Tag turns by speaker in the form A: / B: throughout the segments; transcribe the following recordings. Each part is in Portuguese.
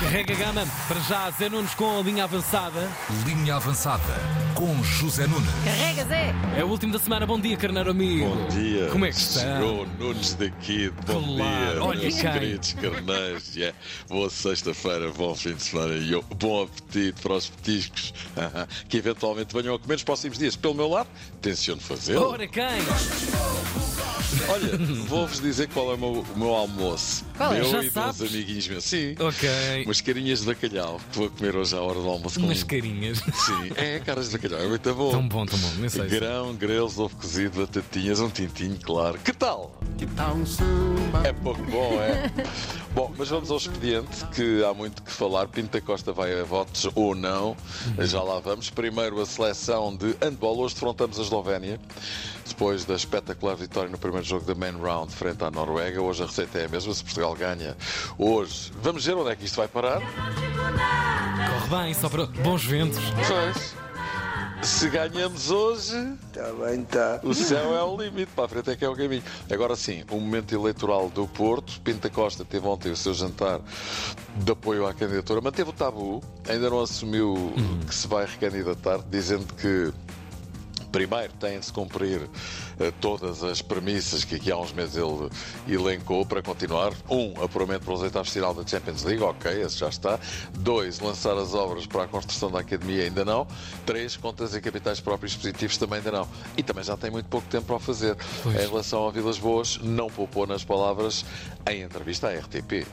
A: Rega Gama, para já Zé Nunes com a linha avançada.
B: Linha avançada com José Nunes.
C: Carrega, Zé!
A: É o último da semana. Bom dia, carneiro amigo.
D: Bom dia.
A: Como é que está?
D: Senhor Nunes da Kid. Bom
A: Claro,
D: dia,
A: olha
D: meus
A: quem.
D: queridos carneiros. Yeah. Boa sexta-feira, bom fim de semana e eu- bom apetite para os petiscos que eventualmente venham a comer nos próximos dias. Pelo meu lado, tenciono fazê-lo.
A: Ora quem?
D: Olha, vou-vos dizer qual é o meu, o meu almoço.
A: Qual é?
D: Meu
A: Já
D: e
A: sabes?
D: dos amiguinhos meus. Sim.
A: Ok.
D: Umas carinhas de bacalhau que vou comer hoje à hora do almoço. com- um-
A: Umas carinhas.
D: Sim, é caras de bacalhau, é muito bom.
A: Tão bom, tão bom. Nem sei.
D: Grão, grelos, ovo cozido, batatinhas, um tintinho, claro. Que tal? É pouco bom, é? bom, mas vamos ao expediente, que há muito que falar. Pinta Costa vai a votos ou não. Já lá vamos. Primeiro a seleção de handball. Hoje defrontamos a Eslovénia. Depois da espetacular vitória no primeiro jogo da main round frente à Noruega. Hoje a receita é a mesma, se Portugal ganha. Hoje, vamos ver onde é que isto vai parar.
A: Corre bem, só para bons ventos.
D: Pois. Se ganhamos hoje,
E: Tá bem, tá.
D: O céu é o limite, para a frente é que é o caminho. Agora sim, o momento eleitoral do Porto. Pinta Costa teve ontem o seu jantar de apoio à candidatura, manteve o tabu, ainda não assumiu que se vai recandidatar, dizendo que. Primeiro, tem de se cumprir eh, todas as premissas que aqui há uns meses ele elencou para continuar. Um, apuramento para os oitavos de final da Champions League, ok, esse já está. Dois, lançar as obras para a construção da academia, ainda não. Três, contas em capitais próprios positivos, também ainda não. E também já tem muito pouco tempo para o fazer. Em relação a Vilas Boas, não poupou nas palavras em entrevista à RTP.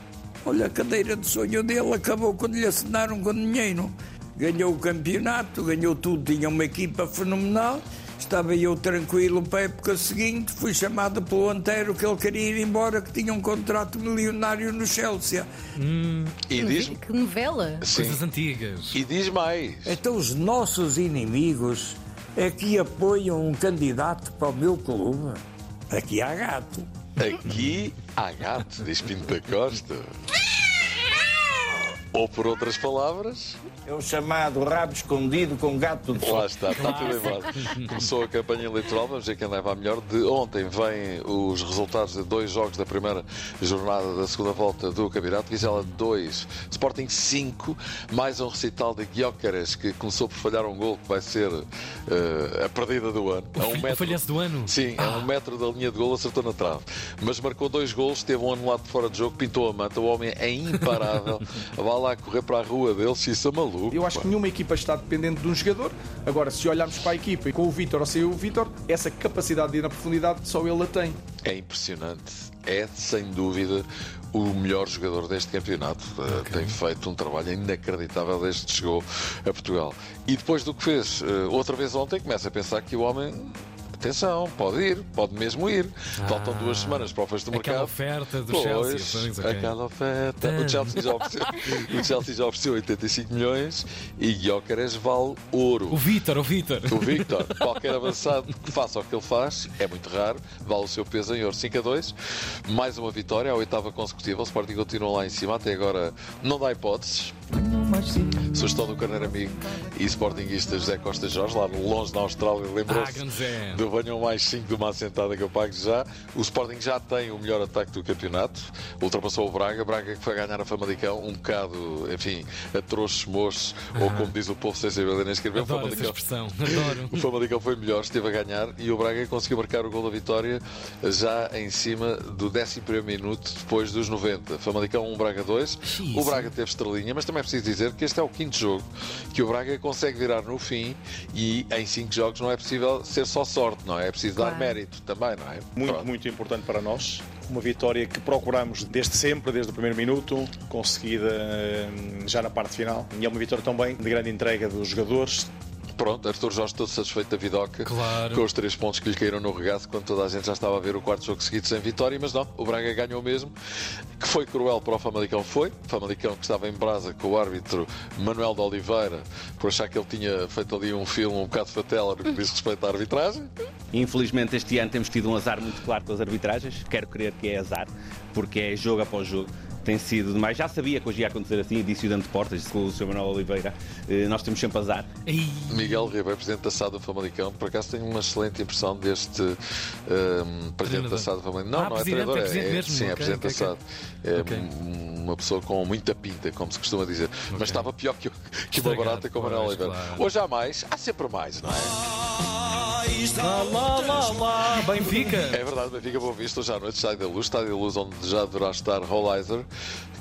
E: Olha, a cadeira de sonho dele acabou quando lhe assinaram com dinheiro. Ganhou o campeonato, ganhou tudo, tinha uma equipa fenomenal. Estava eu tranquilo para a época seguinte, fui chamado pelo Antero que ele queria ir embora, que tinha um contrato milionário no Chelsea.
D: E diz,
C: Que novela!
D: sim,
A: Coisas antigas.
D: e diz mais.
E: Então os nossos inimigos é que apoiam um candidato para o meu clube. Aqui há gato.
D: Aqui há gato, diz Pinto da Costa. Ou por outras palavras,
F: É o chamado rabo escondido com gato de
D: lá
F: sol.
D: está, está tudo em base. Começou a campanha eleitoral, vamos ver quem leva a melhor. De ontem vêm os resultados de dois jogos da primeira jornada da segunda volta do campeonato. Vizela 2, Sporting 5, mais um recital de Guiócaras, que começou por falhar um gol que vai ser eh, a perdida do ano. A um
A: O
D: metro-
A: falhanço do ano.
D: Sim, a um metro da linha de gol acertou na trave. Mas marcou dois golos, teve um anulado de fora de jogo, pintou a manta. O homem é imparável. Vai lá correr para a rua dele, se isso é maluco.
G: Eu acho que
D: pá.
G: nenhuma equipa está dependente de um jogador. Agora, se olharmos para a equipa e com o Vítor ou sem o Vítor, essa capacidade de ir na profundidade só ele a tem.
D: É impressionante. É, sem dúvida, o melhor jogador deste campeonato. Uh, Tem feito um trabalho inacreditável desde que chegou a Portugal. E depois do que fez uh, outra vez ontem, começa a pensar que o homem. Atenção, pode ir, pode mesmo ir. Faltam duas semanas para o fecho do
A: Ah. aquela
D: mercado.
A: oferta do
D: pois,
A: Chelsea, pois, ok.
D: Aquela oferta. O Chelsea, já ofereceu, o Chelsea já ofereceu 85 milhões e Guiocares vale ouro.
A: O Vítor, o Vítor.
D: O Victor, qualquer avançado que faça o que ele faz, é muito raro, vale o seu peso em ouro 5 a 2. Mais uma vitória, a oitava consecutiva. O Sporting continua lá em cima, até agora não dá hipóteses. Sugestão do Carneiro Amigo e Sportingista José Costa Jorge, lá longe na Austrália,
A: Ah,
D: lembrou-se
A: grande Zé.
D: do banhão mais 5 de uma assentada que eu pago já. O Sporting já tem o melhor ataque do campeonato. Ultrapassou o Braga. Braga que foi ganhar a Famalicão um bocado, enfim, a trouxe moço, ou como diz o povo sem saber ler nem escrever,
A: Adoro essa
D: Famalicão.
A: expressão. Adoro.
D: O Famalicão foi melhor, esteve a ganhar e o Braga conseguiu marcar o gol da vitória já em cima do 11 minuto depois dos 90. Famalicão 1, Braga 2. O Braga teve estrelinha, mas também é preciso dizer que este é o quinto jogo que o Braga consegue virar no fim e em cinco jogos não é possível ser só sorte, não é? É preciso dar
C: Claro.
D: mérito também, não é?
H: Muito,
D: Pronto.
H: muito importante para nós. Uma vitória que procuramos desde sempre, desde o primeiro minuto, conseguida eh, já na parte final. E é uma vitória também de grande entrega dos jogadores,
D: Pronto, Arthur Jorge todo satisfeito da vidoca
A: Claro.
D: com os três pontos que lhe caíram no regaço quando toda a gente já estava a ver o quarto jogo seguido sem vitória, mas não, o Braga ganhou mesmo que foi cruel para o Famalicão foi, Famalicão que estava em brasa com o árbitro Manuel de Oliveira por achar que ele tinha feito ali um filme um bocado fatela no que diz respeito à arbitragem
I: Infelizmente este ano temos tido um azar muito claro com as arbitragens, quero crer que é azar, porque é jogo após jogo.
C: tem sido demais. Já sabia que hoje ia acontecer assim, disse o Dante Portas, disse o Sr. Manuel Oliveira. Eh, Nós temos sempre azar.
A: Ei,
D: Miguel Ribeiro, presidente da SAD do Famalicão, por acaso tenho uma excelente impressão deste ehm, presidente
A: Treinador.
D: da SAD do Famalicão. Não,
A: Ah,
D: não é
A: presidente,
D: treinador,
A: é presidente mesmo,
D: sim, é
A: ok,
D: presidente
A: ok,
D: da
A: ok.
D: SAD. É
A: Ok.
D: um- uma pessoa com muita pinta, como se costuma dizer. Mas estava pior que, que uma
A: Estragado,
D: barata com o Manuel
A: pois,
D: Oliveira.
A: claro.
D: Hoje há mais, há sempre mais, não é?
A: lá, lá, lá, lá, Benfica.
D: É verdade, Benfica Boa Vista, hoje à noite Estádio da Luz, Estádio da Luz onde já deverá estar Holizer,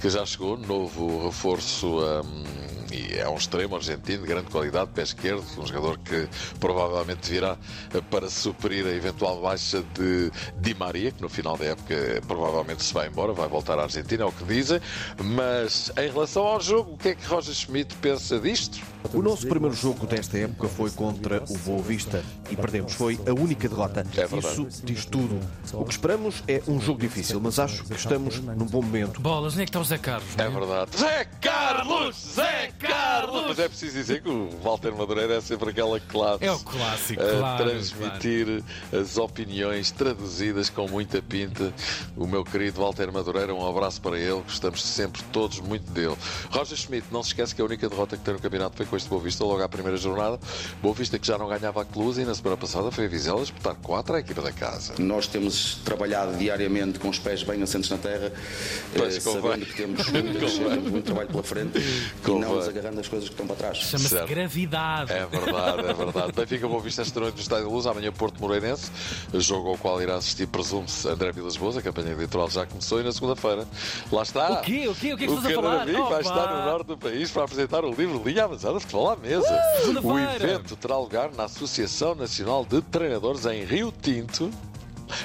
D: que já chegou, novo reforço hum, e é um extremo argentino de grande qualidade, pé esquerdo, um jogador que provavelmente virá eh, para suprir a eventual baixa de Di Maria, que no final da época eh, provavelmente se vai embora, vai voltar à Argentina, é o que dizem, mas em relação ao jogo, o que é que Roger Schmidt pensa disto?
I: O nosso primeiro jogo desta época foi contra o Boa Vista e perdemos. Foi a única derrota.
D: É verdade.
I: Isso diz tudo. O que esperamos é um jogo difícil, mas acho que estamos num bom momento.
A: Bolas, onde é que está o Zé Carlos?
D: É verdade. Zé Carlos! Zé Carlos! Mas é preciso dizer que o Walter Madureira é sempre aquela classe.
A: É o clássico,
D: a
A: claro,
D: transmitir as opiniões traduzidas com muita pinta. O meu querido Walter Madureira, um abraço para ele, gostamos sempre todos muito dele. Roger Schmidt, não se esquece que a única derrota que tem no campeonato foi com este Boa Vista, logo à primeira jornada. Boa Vista que já não ganhava a Clusa e na semana passada foi a Vizela disputar 4 à equipa da casa.
J: Nós temos trabalhado diariamente com os pés bem assentes na terra,
D: Pois,
J: eh,
D: convém.
J: sabendo que temos muitas- muito trabalho pela frente e
D: Convém.
J: não nos agarrando às coisas que estão para trás.
A: Chama-se
D: Certo.
A: Gravidade.
D: É verdade, é verdade. Benfica Boa Vista esta noite no Estádio da Luz, amanhã Porto Moreirense, jogo ao qual irá assistir, presume-se, André Vilas Boas. A campanha eleitoral já começou e na segunda-feira. Lá está.
A: O quê? O quê? O que é que
D: o
A: estás a falar?
D: Carnavico vai
A: Opa!
D: estar no norte do país para apresentar o livro Linha Avançada de Futebol à Mesa. o
A: segunda-feira!
D: evento terá lugar na Associação Nacional de Treinadores em Rio Tinto,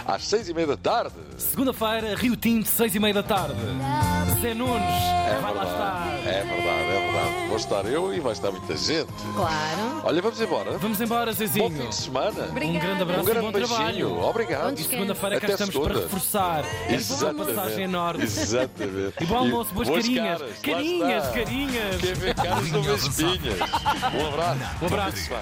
D: às seis e meia da tarde.
A: Segunda-feira, Rio Tinto, seis e meia da tarde. Zé Nunes,
D: É
A: vai lá estar.
D: verdade, é verdade, é verdade. Vou estar eu e vai estar muita gente.
K: Claro.
D: Olha, vamos embora.
A: Vamos embora,
D: Bom
A: Zezinho.
D: fim de semana.
A: Um grande abraço
D: Um
A: e
D: grande
A: bom
D: beijinho.
A: trabalho.
D: Obrigado.
K: Bom
A: Segunda-feira cá
D: Até
A: estamos
D: segunda.
A: para reforçar esta
D: Exatamente.
A: passagem enorme.
D: Exatamente.
A: E bom almoço, boas carinhas.
D: caras, lá
A: Carinhas,
D: está.
A: carinhas.
D: Quer ver caras do Vespinhas. Um abraço.
A: Um abraço.
D: Bom fim de semana.